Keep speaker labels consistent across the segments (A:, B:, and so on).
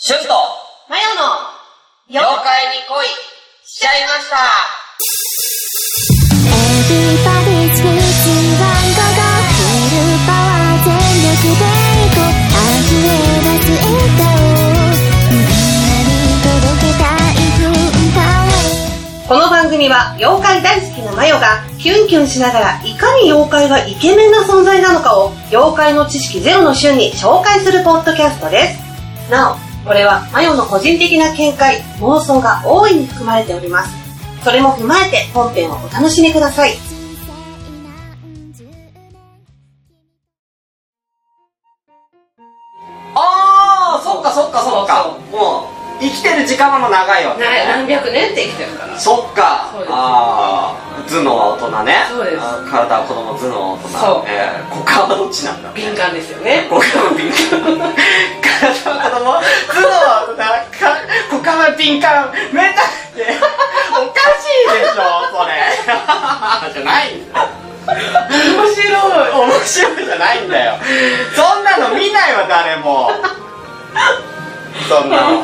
A: シュンと
B: マヨの
A: 妖怪に恋しちゃいました
C: Everybody's reaching one go go フルパワー全力でいこう溢れ出す笑顔みんなに届けたい文化を
B: この番組は妖怪大好きなマヨがキュンキュンしながらいかに妖怪がイケメンな存在なのかを妖怪の知識ゼロの瞬に紹介するポッドキャストですなおこれはマヨの個人的な見解妄想が大いに含まれておりますそれも踏まえて本編をお楽しみください
A: ああそっかそっかそっかもう生きてる時間も長いわけね
B: 百年って生きてるから
A: そっか
B: そうです
A: ああ頭脳は大人ね
B: そうです
A: あー体は子供頭脳は大人
B: そう
A: えー股間はどっちなんだ
B: 感ですよね
A: 股間は敏感体は子供頭脳は大人か股間は敏感めんどくて おかしいでしょそれ じゃないんだよ
B: 面白
A: 面白いじゃないんだよそんなの見ないわ誰もそんなの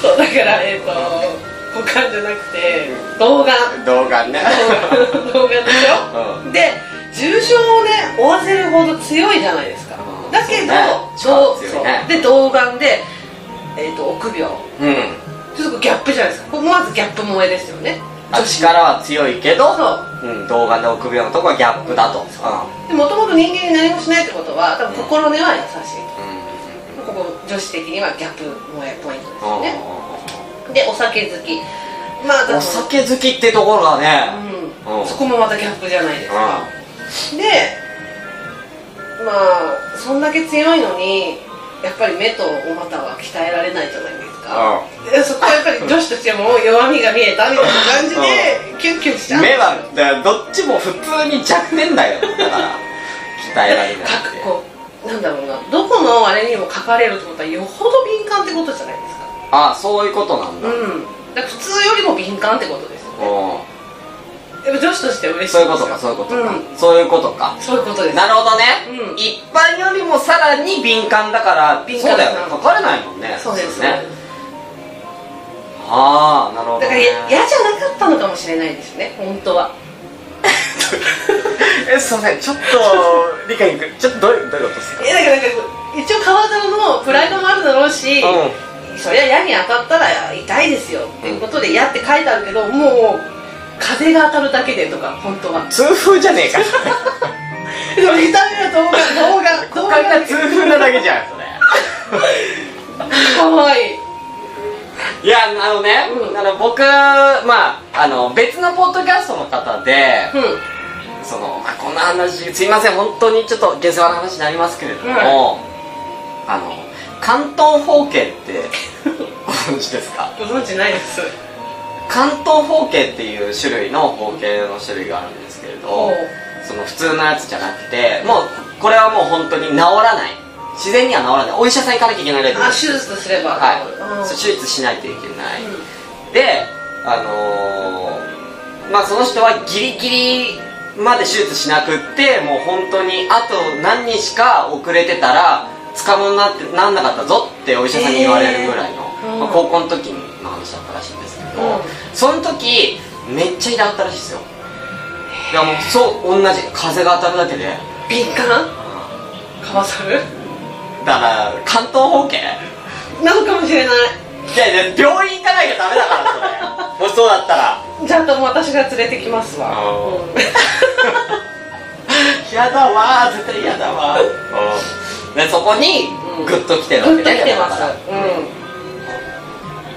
B: そうだからえっ、と股間じゃなくて動画
A: 動画ね
B: 動画でしょ、
A: う
B: で重傷をね負わせるほど強いじゃないですか、
A: うん
B: だけど
A: そうね力
B: どう
A: 強いね
B: そうで童顔で、えー、と臆病
A: うん
B: ちょっとギャップじゃないですかここまずギャップ萌えですよね
A: あ力は強いけど
B: そう
A: うん、動画で臆病のとこはギャップだとうん
B: でもともと人間に何もしないってことは多分心根は優しい
A: うん
B: ここ女子的にはギャップ萌えポイントです
A: う
B: よ
A: ん
B: ねでお酒好きまあだから
A: お酒好きってところがね
B: う
A: うん
B: んそこもまたギャップじゃないです
A: う
B: か、
A: ん
B: でまあそんだけ強いのにやっぱり目とお股は鍛えられないじゃないですか、でそこはやっぱり女子としても弱みが見えたみたいな感じでキュンキュンしちゃう
A: 目はだからどっちも普通に弱点だよだから鍛えら れない
B: か
A: って
B: こうなんだろうなどこのあれにも書かれるってことはよほど敏感ってことじゃないですか
A: ああそういうことなんだ、うん
B: うんだから普通よりも敏感ってことですよやっぱ女子としては嬉しい
A: そういうことかそういうことか、
B: うん
A: そういうことか
B: そういうことです
A: なるほどね、
B: うん
A: 一般よりもさらに敏感だから
B: 敏感
A: そうだ
B: な
A: よ
B: の
A: 書かれないもんね
B: そうです
A: ねああなるほ
B: だ
A: ど、ね、
B: からや嫌じゃなかったのかもしれないですね本当は
A: えすいませんちょっと理解にくいちょっとどういうどういうことですか
B: えだからなんか一応川沢のプライドもあるだろうし、
A: う
B: そりゃ矢に当たったら痛いですよっていうことで矢って書いてあるけどもう風が当たるだけでとか本当は
A: ん痛風じゃねえか
B: でも見た目は 動画動画動画
A: 痛風なだけじゃんそれ
B: かわいい
A: いやあのね、
B: うん
A: あの僕まああの別のポッドキャストの方で、
B: うん
A: その、まあ、こんな話すいません本当にちょっと下世話な話になりますけれども、
B: うん
A: あの関東方形ってご存知ですか
B: ご存知ないです
A: 関東方形っていう種類の方形の種類があるんですけれど
B: おう
A: その普通のやつじゃなくてもうこれはもう本当に治らない自然には治らないお医者さん行かなきゃいけないレベル
B: あ手術とすれば
A: はい、そう
B: う
A: 手術しないといけない、
B: ん
A: であのーまあその人はギリギリまで手術しなくってもう本当にあと何日か遅れてたらつかむになってなんなかったぞってお医者さんに言われるぐらいの、
B: えーうん
A: まあ高校の時の話だったらしいんですけど、
B: うん
A: その時めっちゃ痛かったらしいですよいやもうそう同じ風が当たるだけで
B: 敏感川沢
A: だから関東方形
B: なのかもしれない
A: いやいや病院行かなきゃダメだからそれもしそうだったら
B: じゃあとも私が連れてきますわ
A: あー
B: うん
A: 嫌だわー絶対嫌だわーでそこに
B: うん
A: グッと来てるわけ
B: グッと
A: ね
B: 来てます
A: だから
B: う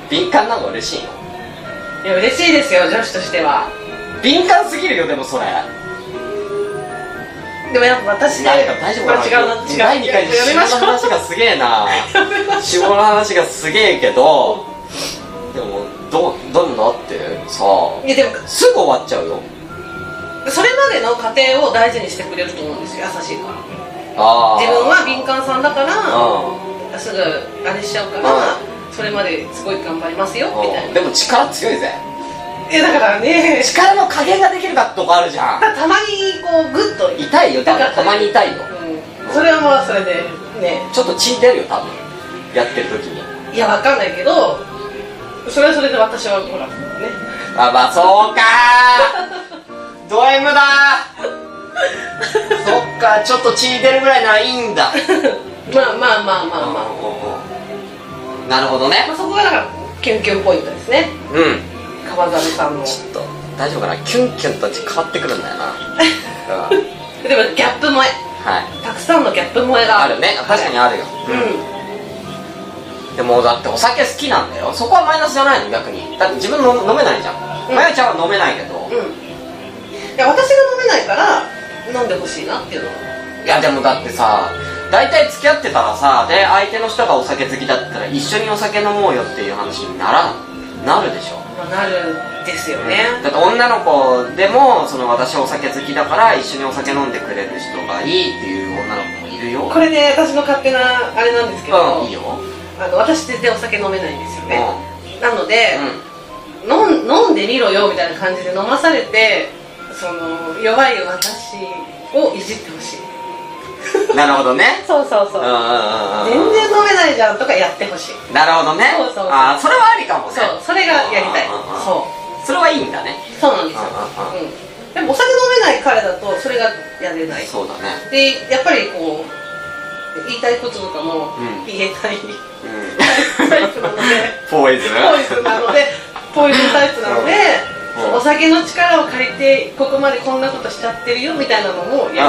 A: 敏感なの嬉しいの
B: んいや嬉しいですよ女子としては
A: 敏感すぎるよでもそれ
B: でもやっぱ私ね
A: なんか大丈夫かな
B: 違うな違う
A: 第2回で
B: やめ
A: 下
B: ま
A: の
B: し
A: 話
B: ょう
A: がすげえな
B: やめまし
A: 下の話がすげえけどでもどうどんなってさ
B: ょういやでも
A: すぐ終わっちゃうよ
B: それまでの過程を大事にしてくれると思うんですよ優しいから
A: ああ
B: 自分は敏感さんだから
A: う
B: すぐあれしちゃうか
A: う
B: らそれまですごい頑張りますよみた
A: んう
B: い
A: んで
B: な
A: も力強いぜ
B: えだからね
A: 力の加減ができるかとこあるじゃん
B: たまにこうグッとい
A: 痛いよだからたまに痛いよ
B: うんそれはまあそれでね
A: ちょっと血出るよ多分やってる時に
B: いやわかんないけどそれはそれで私はほらね
A: あまあそうか ード M だーそっかちょっと血出るぐらいならいいんだ
B: まあまあまあまあまあ、
A: なるほどね
B: まあ、そこがだからキュンキュンポイントですね
A: うん
B: 川猿さんの
A: ちょっと大丈夫かなキュンキュンと変わってくるんだよ な、うん
B: でもギャップ萌え
A: はい
B: たくさんのギャップ萌えが
A: あるね確かにあるよ、
B: う
A: でもだってお酒好きなんだよそこはマイナスじゃないの逆にだって自分の飲めないじゃん、
B: うん
A: まゆちゃんは飲めないけど、
B: んうんいや私が飲めないから飲んでほしいなっていうのはい
A: やでもだってさ大体付き合ってたらさで相手の人がお酒好きだったら一緒にお酒飲もうよっていう話にならんなるでしょ
B: まあなるんですよね
A: だって女の子でもその私お酒好きだから一緒にお酒飲んでくれる人がいいっていう女の子もいるよ
B: これね私の勝手なあれなんですけど、
A: うんいいよ、う
B: あの私全然お酒飲めないんですよね、なので、
A: ん、
B: 飲ん飲んでみろよみたいな感じで飲まされてその弱い私をいじってほしい
A: うん、なるほどね
B: そうそう
A: う
B: そ
A: んうんうん
B: 全
A: うん
B: 然飲めないじゃんとかやってほしい
A: なるほどね
B: そうそうそう
A: あーそれはありかもね
B: そうそれがやりたい
A: うんうんうん
B: そ
A: それはいいんだね
B: うそうなんです
A: う
B: よ、うん、でもお酒飲めない彼だとそれがやれない
A: そうだね
B: でやっぱりこう言いたいこととかも
A: うん
B: 言えない、
A: うん
B: タイプなので
A: フォーエズ
B: ポイズンなので ポイズンタイプなので
A: うん
B: そうお酒の力を借りてここまでこんなことしちゃってるよみたいなのもやりたい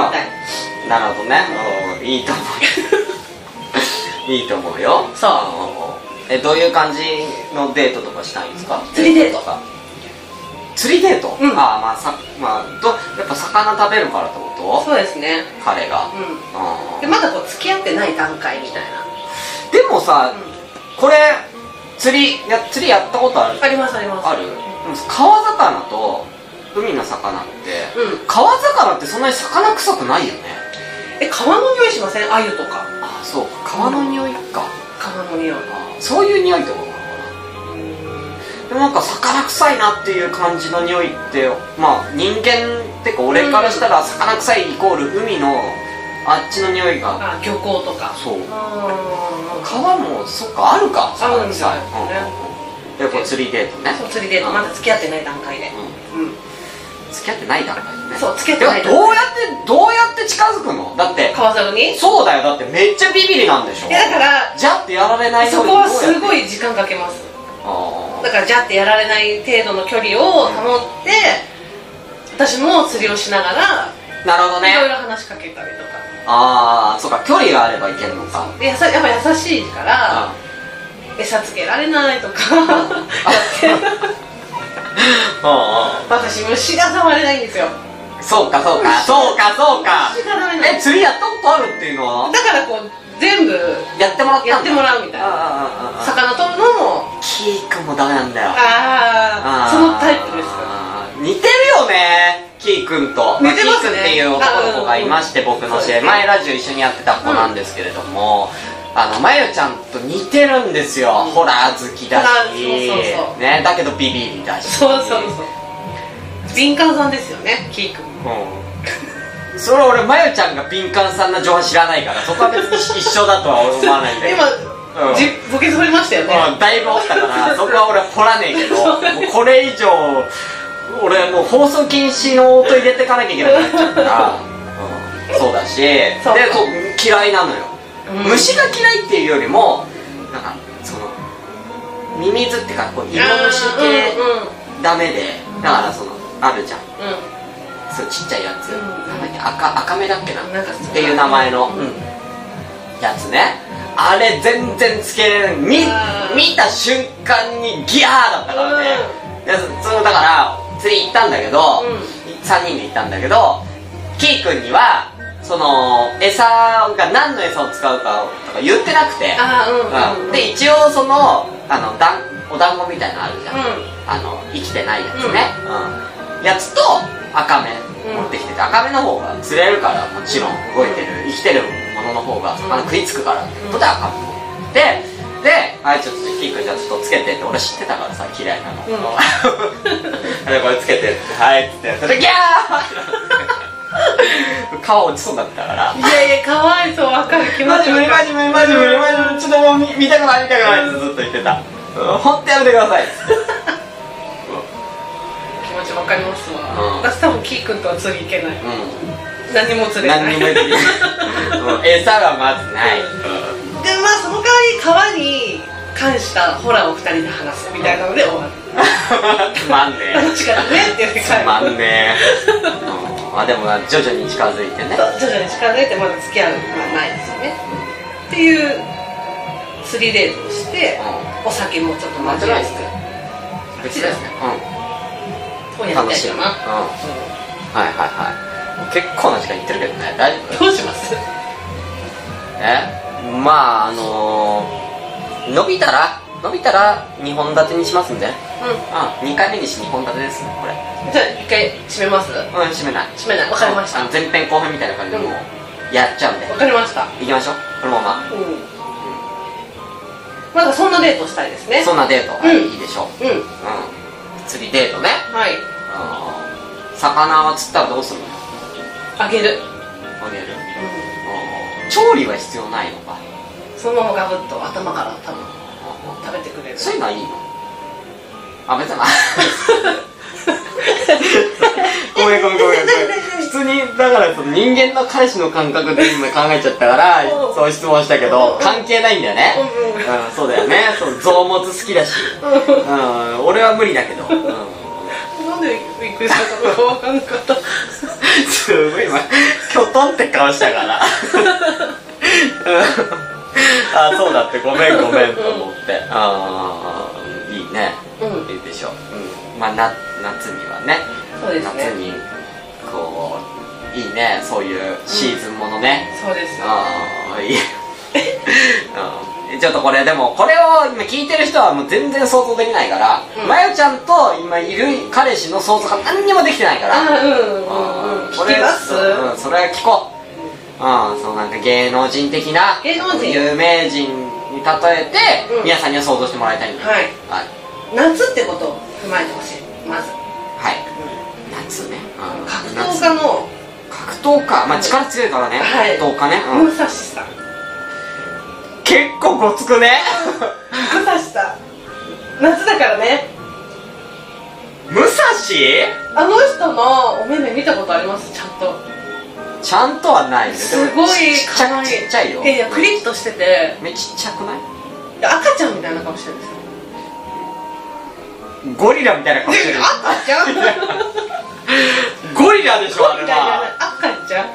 A: なるほどねうんいいと思う いいと思うよ
B: そう
A: うんえどういう感じのデートとかしたいんですか
B: 釣りデート
A: とか釣りデート、
B: うん
A: ああまあさまあどやっぱ魚食べるからってこと
B: そうですね
A: 彼が、うん
B: うんでまだこう付き合ってない段階みたいな、
A: でもさ、
B: う
A: これ釣りや釣りやったことある
B: ん、ありますあります
A: あるでも川魚と海の魚って、
B: うん
A: 川魚ってそんなに魚臭くないよね
B: え川の匂いしません鮎とか
A: あそう川の匂いか、
B: 川の匂い
A: あそういう匂いってことなのかなでもなんか魚臭いなっていう感じの匂いってまあ人間ってか俺からしたら魚臭いイコール海のあっちの匂いが
B: あ漁港とか
A: そう
B: あー
A: 川もそっかあるか
B: ある
A: 魚
B: んです
A: 臭
B: よ
A: い
B: ね
A: うんうんでこれ釣りデートね
B: そう釣りデートまだ付き合ってない段階で
A: う
B: うん
A: ん付き合ってない段階でね
B: そう付き合って
A: でも
B: ない
A: どうやってどうやって近づくのだって
B: 川猿にい
A: そうだよだってめっちゃビビりなんでしょ
B: やだから
A: じゃってやられない
B: そ
A: ように
B: こはす
A: どう
B: ご
A: やって
B: い時間かけます
A: あ
B: だからじゃってやられない程度の距離を保って私も釣りをしながら
A: ーなるほど
B: いろいろ
A: ね
B: 話しかけたりとか
A: ああそうか距離があればいけるのか
B: でやさやっぱ優しいから
A: あ
B: 餌つけられないとか
A: あ
B: 私虫が触れないんですよ
A: そうかそうかそうかそうか
B: 虫がダメなの
A: え釣りやったことあるっていうのは
B: だからこう全部
A: やってもらったんだ
B: やってもらうみたい
A: ああ
B: な
A: ああああ
B: 魚取るのも
A: キーくんもダメなんだよ
B: あ
A: あ
B: あ
A: ー
B: そのタイプです
A: 似てるよねキーくんと
B: 似てます
A: あキーくん
B: ね
A: っていう男の子がいまして僕の
B: そう
A: 知り
B: で
A: 合い
B: すね
A: 前ラジオ一緒にやってた子なんですけれども、あのまゆちゃんと似てるんですよ、ホラー好きだし
B: ホラーそうそうそう
A: ね、だけどビビりだし
B: そうそうそう敏感さんですよねキー君
A: うんそれ俺まゆちゃんが敏感さんな情報知らないからそこは別に一緒だとは思わないんだけど
B: 今、
A: うん
B: じボケ取りましたよね、
A: まあ、だいぶ落ちたから そこは俺掘らねえけどもうこれ以上俺もう放送禁止の音入れてかなきゃいけなくなっちゃうから、うんそうだしで
B: そう
A: こう嫌いなのよ、
B: うん
A: 虫が嫌いっていうよりもなんかそのミミズってかこう芋虫系
B: うんうん
A: ダメでだからそのあるじゃん
B: う
A: そうちっちゃいやつ、
B: うん
A: なんだっけ赤赤目だっけな
B: なんか
A: っていう名前の、
B: うん
A: やつねあれ全然つけれない見
B: うん
A: 見た瞬間にギャーだったからね、でそそのだから釣り行ったんだけど、
B: う
A: 3人で行ったんだけどキーくんにはその餌が何の餌を使うかとか言ってなくて
B: あーうんうんうん
A: で一応そのあのだんお団子みたいなのあるじゃん、
B: うん
A: あの生きてないやつね、うんやつと赤目持ってきてて、赤目の方が釣れるからもちろん動いてる生きてるものの方が魚食いつくから、とで赤目でであいちょっとキーくんじゃあちょっとつけてって俺知ってたからさ嫌いなの、
B: うん
A: でこれつけてってはいっつってそれギャー顔落ちそうだったから
B: いやいやかわいそうわかる気持
A: マ
B: ち
A: ジ無理マジ無理マジ無理マジ無理ちょっともう見見たくない見たくないってずっと言ってたうんほんとやめてください
B: 気持ちわかりますわ、
A: うん
B: 私多分キー君とは釣り行けない
A: うん
B: 何も釣れな
A: 何
B: い
A: にもできないうん餌がまずない
B: でまあその代わり川に関したホラーを二人で話すみたいなので終わる
A: つまんねえ
B: どっちかだねって言って帰
A: つ
B: る
A: まんねえうんあでもな徐々に近づいてね
B: そう徐々に近づいてまだ付き合うのはないですよねっていう釣りデートをしてお酒もちょっと
A: ま
B: 交えて
A: うん別ですね
B: 今
A: うん
B: 夜やり
A: 楽
B: たい
A: しいうん
B: かな
A: はいはいはい結構な時間いってるけどね大丈夫
B: うんどうします
A: えまああのー、伸びたら伸びたら2本立てにしますんでね
B: う
A: うん2回目にして2本立てですねこれ
B: んじゃあ一回閉めます閉
A: うん閉めない
B: めないわかりまし
A: あ
B: た
A: の前編後編みたいな感じでもうやっちゃうんで
B: わかりました
A: 行きましょうこのまま
B: うんなんかそんなデートしたいですね
A: そんなデート、
B: うん
A: はいいいでしょう
B: うん
A: うん釣りデートね
B: はい
A: うん魚は釣ったらどうするの
B: あげる、
A: あげる
B: う
A: うん調理は必要ないのか
B: ん、そのままガブッと頭から多分食べてくれる
A: そういうのはいいのあ別にごめんごめんごめんごめん普通にだからその人間の彼氏の感覚で今考えちゃったから
B: うん
A: そう質問したけど関係ないんだよね
B: うんうん
A: うんそうだよねそう臓物好きだしうん俺は無理だけどうん
B: なんでびっくりしたのかわかんなかった
A: すごい今きょとんって顔したからうんあそうだってごめんごめんと思ってああいいね
B: うん
A: いいでしょう、うん、まあな夏にはね
B: そうですね
A: 夏にこういいねそういうシーズンものね、
B: そうです
A: ああいいうんちょっとこれでもこれを今聞いてる人はもう全然想像できないから、
B: うん
A: まゆちゃんと今いる彼氏の想像が何にもできてないから
B: あうんうんうん
A: う
B: うんん
A: こ
B: 聞
A: れ
B: きます
A: うん、それは聞こう、うん、そのなんか芸能人的な
B: 芸能人
A: 有名人に例えて、
B: うん
A: 皆さんには想像してもらいたいんで
B: はい
A: はい、
B: 夏ってことを踏まえてほしいまず
A: はい夏ね、うん
B: 格闘家の
A: 夏格闘家まあ力強いからね、
B: はい
A: 格闘家ね、うん
B: 武蔵さん
A: 結構ごつくね
B: 武蔵さん夏だからね
A: 武蔵
B: あの人のお目目見たことありますちゃんと
A: ちゃんとはないよ
B: すごい
A: でもちっち
B: 可
A: ゃ
B: 愛
A: く
B: い
A: ちっちゃいよ
B: いやいやクリッとしてて
A: めっちゃちっちゃくない
B: 赤ちゃんみたいな顔してるんですよ
A: ゴリラみたいな顔してる
B: 赤ちゃん
A: ゴリラでしょあれ
B: みたい
A: は
B: な赤ちゃん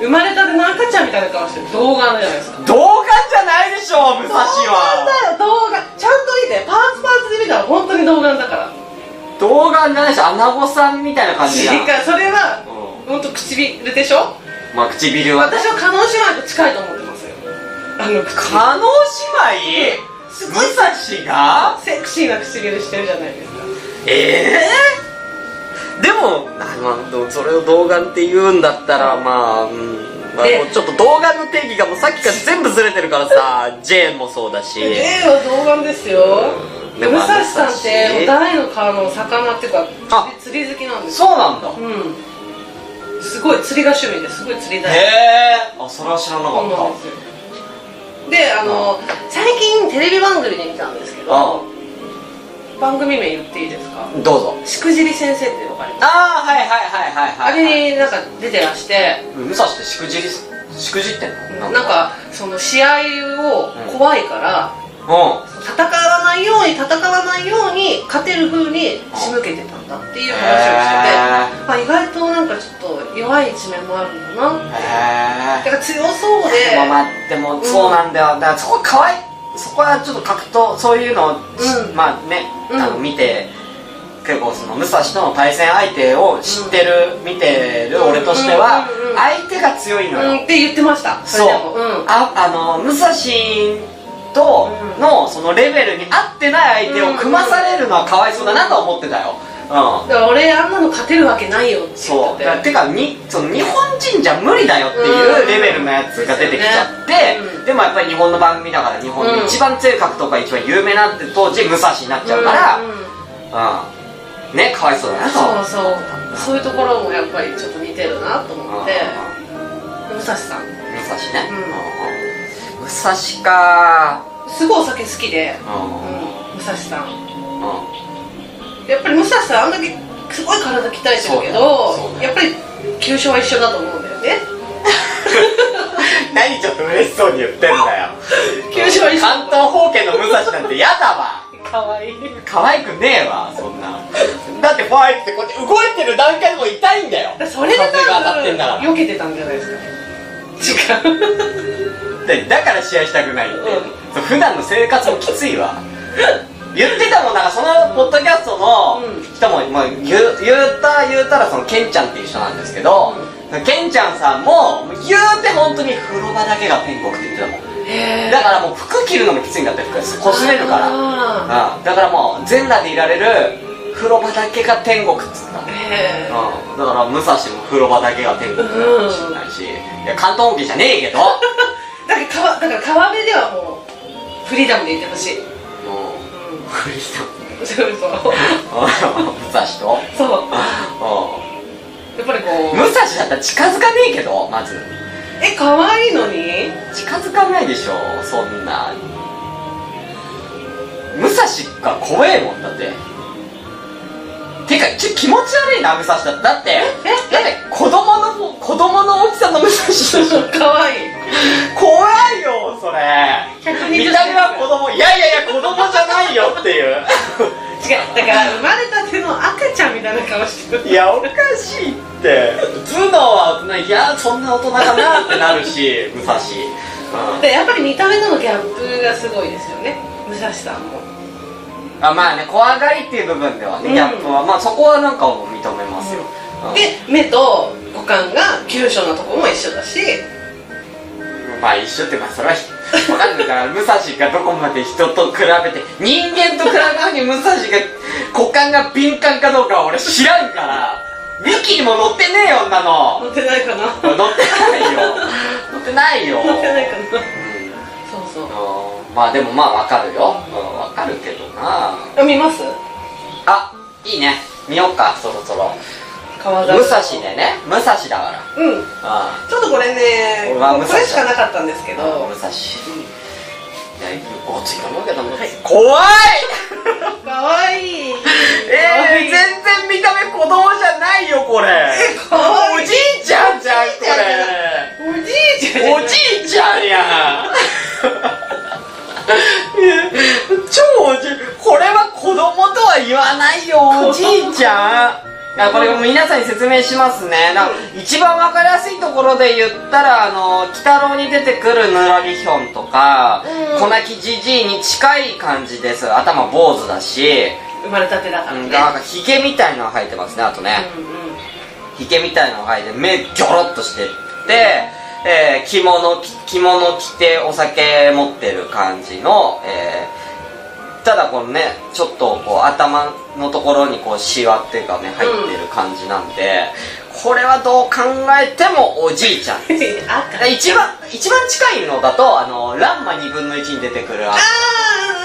B: 生まれたての赤ちゃんみたいな顔してる動画じゃないですか
A: 童顔じゃないでしょ武蔵は
B: 動画だよ動画ちゃんと見てパーツパーツで見たら本当に動画だから
A: 童顔じゃないでしょアナゴさんみたいな感じだ
B: 違うそれは
A: う
B: 本当唇でしょ
A: まあ唇は
B: 私は加納姉妹と近いと思ってますよあの唇
A: 叶姉妹
B: す
A: 武
B: ごい
A: 蔵が
B: セクシーな唇してるじゃないですか
A: ええでもあまあでもそれを童顔って言うんだったらまあ、うんまあ
B: で
A: もうちょっと童顔の定義がもうさっきから全部ずれてるからさ J もそうだし
B: A は童顔ですよ
A: うん
B: で
A: で
B: 武
A: も
B: 蔵さんって
A: 武蔵
B: 大の川の魚っていうか
A: あ
B: 釣り釣り好きなんですよ
A: そうなんだ
B: うんすごい釣りが趣味ですごい釣り大好
A: へ
B: き
A: えあそれは知らな
B: そうなんですよであの最近テレビ番組で見たんですけど番組名言っていいですか
A: どうぞ
B: 「しくじり先生」ってわかります
A: ああはいはいはいはい
B: あ
A: はい
B: れになんか出てらして
A: 武蔵ってしくじりしくじってん
B: な
A: の
B: んかその試合を怖いから
A: うん
B: 戦わないように戦わないように勝てる風に仕向けてたんだっていう話をしてて、まあ、意外となんかちょっと弱い一面もあるんだな
A: へえ
B: だから強そうで
A: でもまあでもそうなんだよ、だからそこかわいそこはちょっと格闘そういうのを、
B: うん
A: まあね
B: うん
A: あの見て、結構その武蔵との対戦相手を知ってる、見てる俺としては、
B: うんうんうん
A: 相手が強いのよ、
B: うんって言ってました
A: そう
B: れでもうん
A: ああの武蔵とのそのレベルに合ってない相手を組まされるのはかわいそうだなとは思ってたようん
B: だから俺あんなの勝てるわけないよって言
A: そ
B: っ
A: う
B: て
A: だから
B: て
A: てかにその日本人じゃ無理だよっていうレベルのやつが出てきちゃって、
B: うんうん
A: でもやっぱり日本の番組だから日本で一番強い格闘家一番有名なって当時武蔵になっちゃうから、
B: うん
A: うん
B: うん
A: ねかわいそうだなと
B: そうそうそういうところもやっぱりちょっと似てるなと思って武蔵さん
A: 武蔵ね、
B: う
A: 武蔵か
B: すごいお酒好きで、
A: う
B: うん
A: ん
B: 武蔵さん
A: うん
B: やっぱり武蔵さんあんだけすごい体鍛えてるけ
A: そうだねそう
B: ど、
A: だね
B: やっぱり急所は一緒だと思うんだよね
A: 何ちょっと嬉しそうに言って んだよ
B: 急所は一緒
A: 関東方家の武蔵なんてやだわ
B: かわいい
A: 可愛くねえわそんなだってファイってこうやって動いてる段階でも痛いんだよ
B: それで
A: 風が当たってんだ
B: 多
A: か
B: 分避けてたんじゃないですか違う
A: らでだから試合したくないって、
B: う
A: そう普段の生活もきついわ言ってたもんなんかそのポッドキャストの
B: うん
A: 人も、まあ、言う言った言ったらそのケンちゃんっていう人なんですけど、ケンちゃんさんも言うて本当に風呂場だけが天国って言ってたもん
B: へ
A: だからもう服着るのもきついんだって服こすれるから
B: あ
A: うんだからもう全裸でいられる風呂場だけが天国っつった、
B: ーへえ
A: うん、だから武蔵も風呂場だけが天国なのかもしれないし、いや関東本家じゃねえけど
B: だから川だから川辺ではもうフリーダムでいてほしい、うん、
A: もうクリスタ
B: そうそう
A: 武蔵と
B: そ
A: う
B: うやっぱりこ
A: ん
B: う
A: 武蔵だったら近づかねえけどまず
B: え可愛いのに
A: 近づかないでしょそんな武蔵が怖えもんだっててかちょ気持ち悪いな武蔵だってだってだって子供の子供の大きさの武蔵でしょ
B: 可愛い
A: 怖いよそれ
B: 120
A: 見た目は子供いやいやいや子供じゃないよっていう
B: 違うだから生まれたての赤ちゃんみたいな顔してる
A: いやおかしいって頭脳は大人いやそんな大人かなってなるし 武蔵うん
B: でやっぱり見た目とのギャップがすごいですよね武蔵さんも
A: あまあね怖がりっていう部分ではね、
B: うん
A: やっぱまあそこはなんかもう認めますよ、うん
B: で目と股間が急所のとこも一緒だし
A: まあ一緒ってまあそれは 分かんないから武蔵がどこまで人と比べて人間と比べるのに武蔵が股間が敏感かどうかは俺知らんからミキにも乗ってねえよ女の
B: 乗ってないかな
A: 乗ってないよ乗ってないよ
B: 乗ってないかな
A: うん
B: そうそう
A: うんまあでもまあ分かるよ、うん、分かるけどな
B: あ見ます
A: あいいね見よっかそろそろ
B: 川
A: 武
B: 田の
A: 蔵でね武蔵だから
B: うん
A: ああ
B: ちょっとこれね
A: 俺は武蔵
B: これしかなかったんですけど
A: 武蔵
B: う
A: い
B: ん
A: やごついと思うけども
B: はい
A: 怖い
B: かわいい
A: えー、全然見た目子供じゃないよこれ
B: かわいい
A: おじいちゃんじゃんこ
B: おじいちゃん
A: れお
B: い
A: じいちゃんやん超おじいこれは子供とは言わないよおじいちゃんいやこれ皆さんに説明しますねなんか一番わかりやすいところで言ったらあの鬼太郎に出てくるぬらりひょんとか、
B: うん
A: 小泣きじじいに近い感じです頭坊主だし、
B: 生まれたてだから
A: う
B: ね
A: ん、なんかヒゲみたいなの生えてますねあとね、
B: うんうん
A: ヒゲみたいなのが生えて目ギョロッとしてって、えー着物着着物着てお酒持ってる感じの、えーただこのねちょっとこう頭のところにこうシワっていうかね入ってる感じなんで、これはどう考えてもおじいちゃん
B: 赤あ
A: 一番一番近いのだとあの「ランマ2分の1」に出てくるあ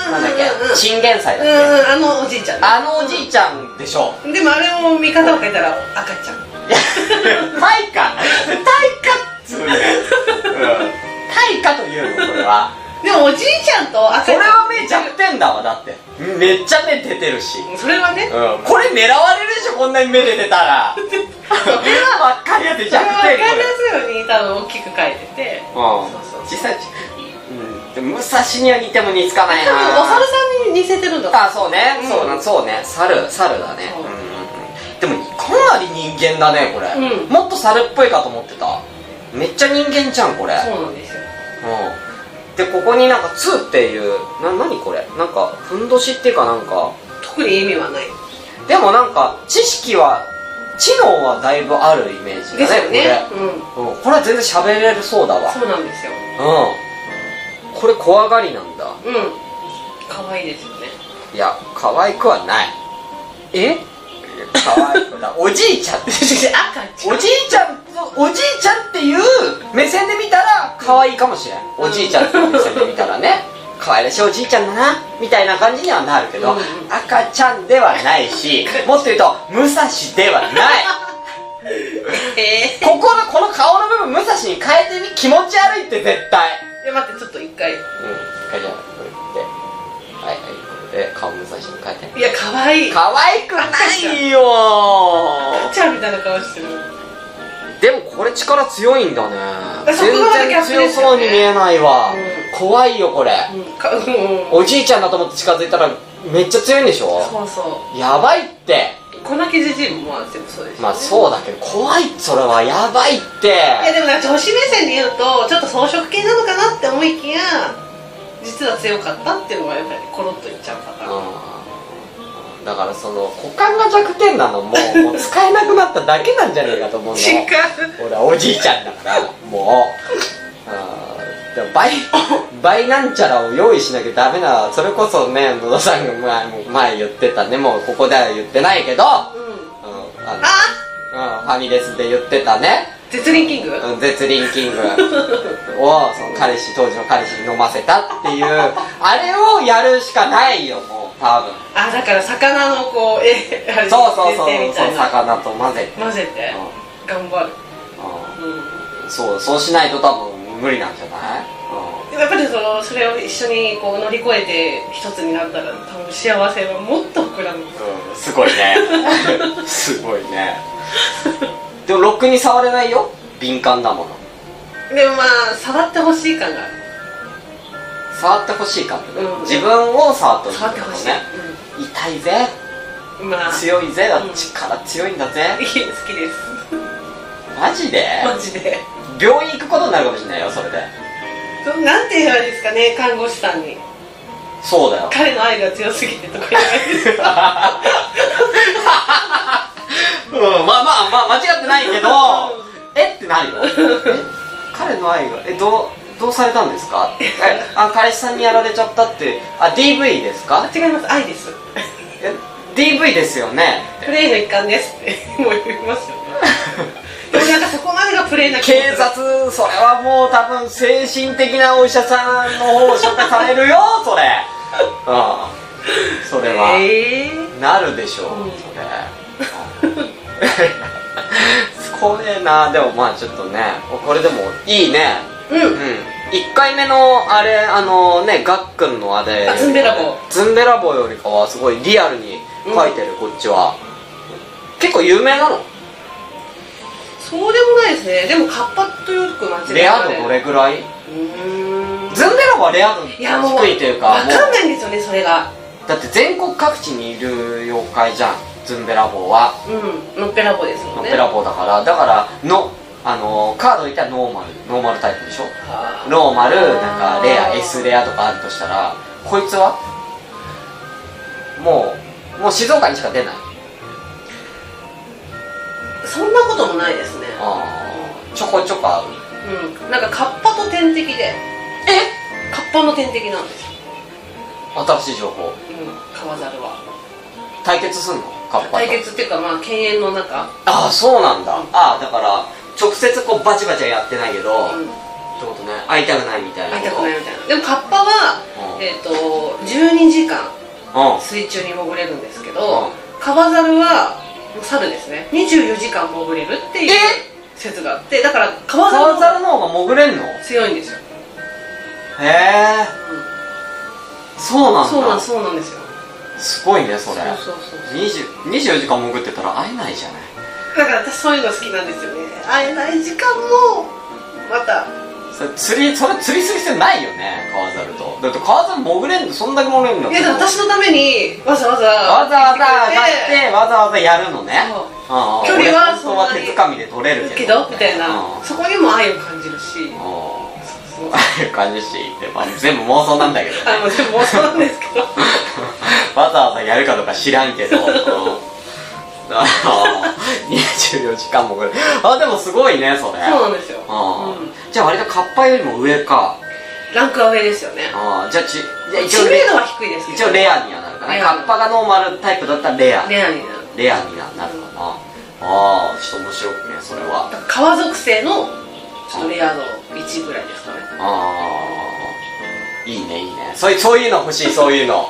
B: あ
A: なんだっ
B: うんうん
A: けチンゲン菜だっ
B: う
A: け、
B: んうんあのおじいちゃんね
A: あのおじいちゃんでしょ
B: でもあれを見方を変えたら赤ちゃん
A: いやタイカタイカっつうね、うん、タイカというのこれは
B: でもおじいちゃんと赤
A: こ
B: ちゃ
A: れ
B: ん
A: は目弱点だわだってめっちゃ目出てるし、うん、
B: それはね
A: これ狙われるでしょこんなに目出てたら分かりやすい弱点これ
B: それは分かりやすいように多分大きく書いてて
A: うん
B: そうそう
A: 実際うんでも武蔵には似ても似つかない
B: 多
A: な
B: 分お猿さんに似せてるんだ
A: あそうね、
B: うん
A: そうなそうね猿猿だね
B: そううん
A: うんうんでもかなり人間だねこれ、
B: うん
A: もっと猿っぽいかと思ってためっちゃ人間じゃんこれ
B: そうなんですよ
A: うんでここになんか「つ」っていうな何これなんかふんどしっていうかなんか
B: 特に意味はない
A: でもなんか知識は知能はだいぶあるイメージ
B: です
A: だ
B: よ
A: ね
B: ね
A: こ
B: うん
A: れ、うん、これは全然喋れるそうだわ
B: そうなんですよ
A: うんこれ怖がりなんだ
B: うん可愛いですよね
A: いや可愛くはない
B: え
A: 可愛くないおじいちゃんって
B: 赤ちゃん
A: おじいちゃんおじいちゃんっていう目線で見たら可愛いかもしれないおじいちゃんっていう目線で見たらね可愛らしいおじいちゃんだなみたいな感じにはなるけど、
B: うんうん
A: 赤ちゃんではないしもっと言うと武蔵ではない
B: え
A: ここのこの顔の部分武蔵に変えてみ気持ち悪いって絶対
B: ー、で待ってちょっと一回い
A: うん一回じゃあこれではいはいこれで顔武蔵に変えて
B: や可愛い
A: 可愛くないよー
B: ちゃんみたいな顔してる
A: でもこれ力強いんだね
B: そこがまた
A: 全
B: ギ
A: 然
B: ャップで
A: 強
B: すよ
A: そう
B: ね
A: に見えないわ、
B: う
A: 怖いよこれ、
B: うんかもう
A: おじいちゃんだと思って近づいたらめっちゃ強いんでしょ
B: そうそ
A: やばいって
B: う小泣きじじいもまあ全部そうですよね
A: まあそうだけど怖いそれはやばいって
B: いやでもなんか女子目線で言うとちょっと装飾系なのかなって思いきや実は強かったっていうのがやっぱりコロッといっちゃうパターン、
A: うんだからその股間が弱点なのもうもう使えなくなっただけなんじゃねえかと思 うの
B: 違う
A: 俺はおじいちゃんだからもうあーでも倍倍なんちゃらを用意しなきゃダメなそれこそね野田さんが前も前言ってたねもうここでは言ってないけど、うん、あ
B: うん
A: の
B: あ
A: うん、ファミレスで言ってたね
B: 絶倫キング、うん、
A: うん絶倫キン グをその彼氏当時の彼氏に飲ませたっていうあれをやるしかないよもう多分
B: あだから魚のこうえあれ
A: そうそうそう
B: 入れてみ
A: そ
B: た
A: う
B: いな
A: 魚と混ぜて
B: 混ぜて頑張る、
A: う
B: うん
A: うんそうそうしないと多分無理なんじゃない、うん
B: でもやっぱりそのそれを一緒にこう乗り越えて一つになったら多分幸せはもっと膨らむ
A: うん、すごいねすごいねでもロックに触れないよ敏感だもの
B: でもまあ触ってほしい感がある
A: 触ってほしいかって、
B: うん
A: 自分を触ってほしい
B: 触ってほしい、
A: ね痛いぜ
B: うん、まあい
A: 強いぜだ
B: うん
A: 力強いんだぜ
B: 好きです
A: マジで
B: マジで
A: 病院行くことになるかもしれないよそれで
B: どなんて言えばいいですかね看護師さんに
A: そうだよ
B: 彼の愛が強すぎてとか言わない です
A: うんまあまあまあ間違ってない けどえってなるよえ彼の愛がえどうどうされたんですかえあ彼氏さんにやられちゃったってあ DV ですか
B: 違います愛です
A: え DV ですよ ね
B: プレイの一環ですってもう言いますよねでもなんかそこまでがプレイな気が
A: 警
B: する
A: 察それはもう多分精神的なお医者さんの方を紹介されるよ それうんそれは、
B: えー
A: なるでしょう、
B: うん
A: それ これなでもまあちょっとねこれでもいいね
B: う
A: うん
B: ん
A: 1回目のあれあのねがっくんのあれ
B: あズンベラボー
A: ズンベラボーよりかはすごいリアルに書いてる、こっちは結構有名なの
B: そうでもないですねでもカッパとよく間違え
A: レア度どれぐらいう
B: ーん
A: ズンベラボーはレア度
B: いやもう
A: 低いというか
B: わかん
A: も
B: ないんですよねそれが
A: うだって全国各地にいる妖怪じゃんズンベラボーは
B: うんのっぺらぼうです
A: の
B: もん
A: っ
B: ね
A: ぺらぼうだからだからのあのカードいったらノーマルノーマルタイプでしょ
B: あ
A: ノーマル
B: あー
A: なんかレア S レアとかあるとしたらこいつはもうもう静岡にしか出ない
B: ーそんなこともないですね
A: あーちょこちょこ合う
B: うんなんかカッパと天敵で
A: え
B: カッパの天敵なんですよ、
A: 新しい情報
B: うん、川猿は
A: 対決すんのカッパと
B: 対決っていうかまあ犬猿の中
A: ああそうなんだああだから直接こうバチバチはやってないけど、
B: うん
A: ってことね会いたくないみたいな
B: 会い
A: こと
B: たくないみたいなでもカッパは、
A: うん
B: えっと12時間
A: うん
B: 水中に潜れるんですけ
A: う
B: ど
A: ん
B: 川猿は猿ですね24時間潜れるっていう説があってだから川猿
A: 沢
B: は
A: 猿の方が潜れんのへ
B: 強いんですよ、
A: え
B: う
A: そうなん
B: ん、
A: だ
B: そうなんそうなんですよ
A: すごいねそれ
B: そうそうそう
A: 20 24時間潜ってたら会えないじゃない
B: だから私そういうの好きなんですよね会えない時間もまた
A: それ釣りそれ釣りする必要ないよね川猿とだって川猿潜れんのそんだけ潜れんの
B: いやでも私のためにわざわざ
A: わざわざ上が
B: 買
A: ってわざわざやるのね
B: そう
A: ああ
B: 距離は
A: 俺本当は
B: そんなに
A: 手づかみで取れる
B: る
A: け
B: け
A: ど
B: どみたい
A: うん
B: なそこにも愛を感じるし
A: あ
B: そう
A: ああいう感じしていて、まあ、全部妄想なんだけど
B: あの
A: ね
B: でもそうなんですけ ど
A: わざわざやるかどうか知らんけどうんああ24時間も潜るあでもすごいねそれ
B: そうなんですよ、
A: ああ
B: うん
A: じゃあ割とカッパよりも上か
B: ランクは上ですよね
A: ああじゃあちじゃあ
B: 知
A: 一応
B: 名度は低いですけ
A: 一
B: ど
A: 応レアにはなるかな
B: レア
A: カッパがノーマルタイプだったらレア
B: レアになる
A: レアにはなるかなああちょっと面白くねそれは
B: 川属性のちょっとレア度1ぐらいですかね
A: ああいいねいいねそういうそういうの欲しいそういう の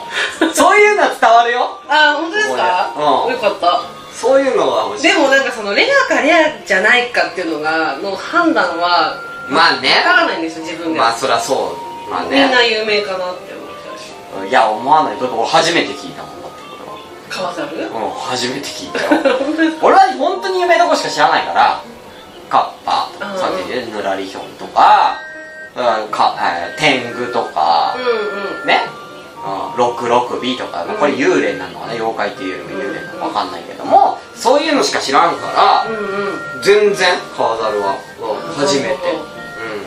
A: そういうのは伝わるよ
B: あー本当ですか、
A: うん
B: よかった
A: そういうのは欲しい
B: でもなんかそのレアかレアじゃないかっていうのがの判断は
A: まあね
B: わからないんですよ自分で、
A: まあそりゃそうまあ
B: みんな
A: ね
B: 有名かなって思っちゃうし
A: いや思わないだって俺初めて聞いたもんだってこ
B: 川猿
A: れはうん初めて聞いたよ
B: 本当ですか
A: 俺は本当に有名どこしか知らないからカッパと
B: う
A: か
B: ん
A: さっき言ったぬらりひょんとか,、うんかえー天狗とか
B: う、ん
A: ね、うん、66B とか、まあこれ
B: うん
A: 幽霊なのかな妖怪っていうよりも幽霊なのか分かんないけどもそういうのしか知らんから
B: うんうんうん
A: 全然川猿はうん初めて
B: なるほ
A: う
B: ど
A: ん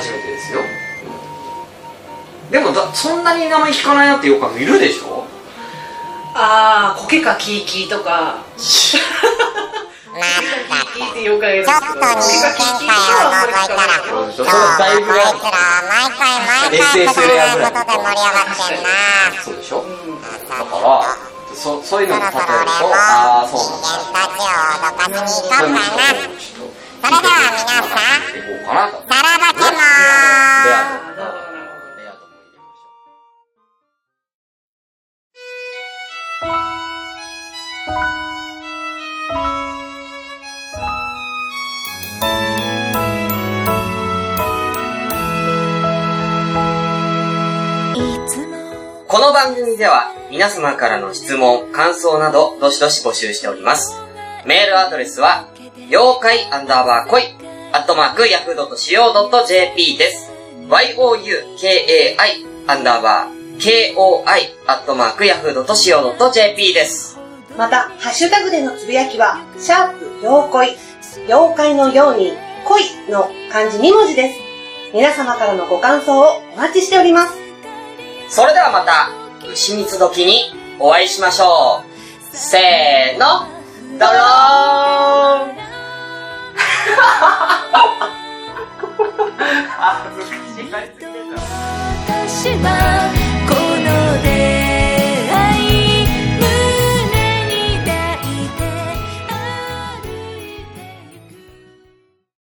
A: 初めてですよ、うんでもだそんなに名前聞かないなって妖怪もいるでしょ
B: ああコケかキーキーとか
D: ちょっと人間界を覗いたら、そう、こいつら毎回毎回くだらないことで盛り上がってんな。
A: そうだいぶ
B: キーキーって妖怪ですけどコ界を
A: そうでしょ
B: うん
A: だからそそういうのに例えるとああそうなんだ
D: 人間たちを脅かしに行こうかな。さ
A: それ
D: では皆さん
A: いこうかなと
D: らばけまーす。
B: なるほどなるほど
A: レアとも入れましょうこの番組では皆様からの質問、感想などどしどし募集しております。メールアドレスは、妖怪アンダーバー恋、アットマークヤフー .co.jp です。youkai アンダーバー koi アットマークヤフー .co.jp です。
B: また、ハッシュタグでのつぶやきは、シャープ、妖怪、妖怪のように、恋の漢字2文字です。皆様からのご感想をお待ちしております。
A: それではまた、牛蜜時にお会いしましょう。せーの、ドローン 恥ずかしい。
C: 私は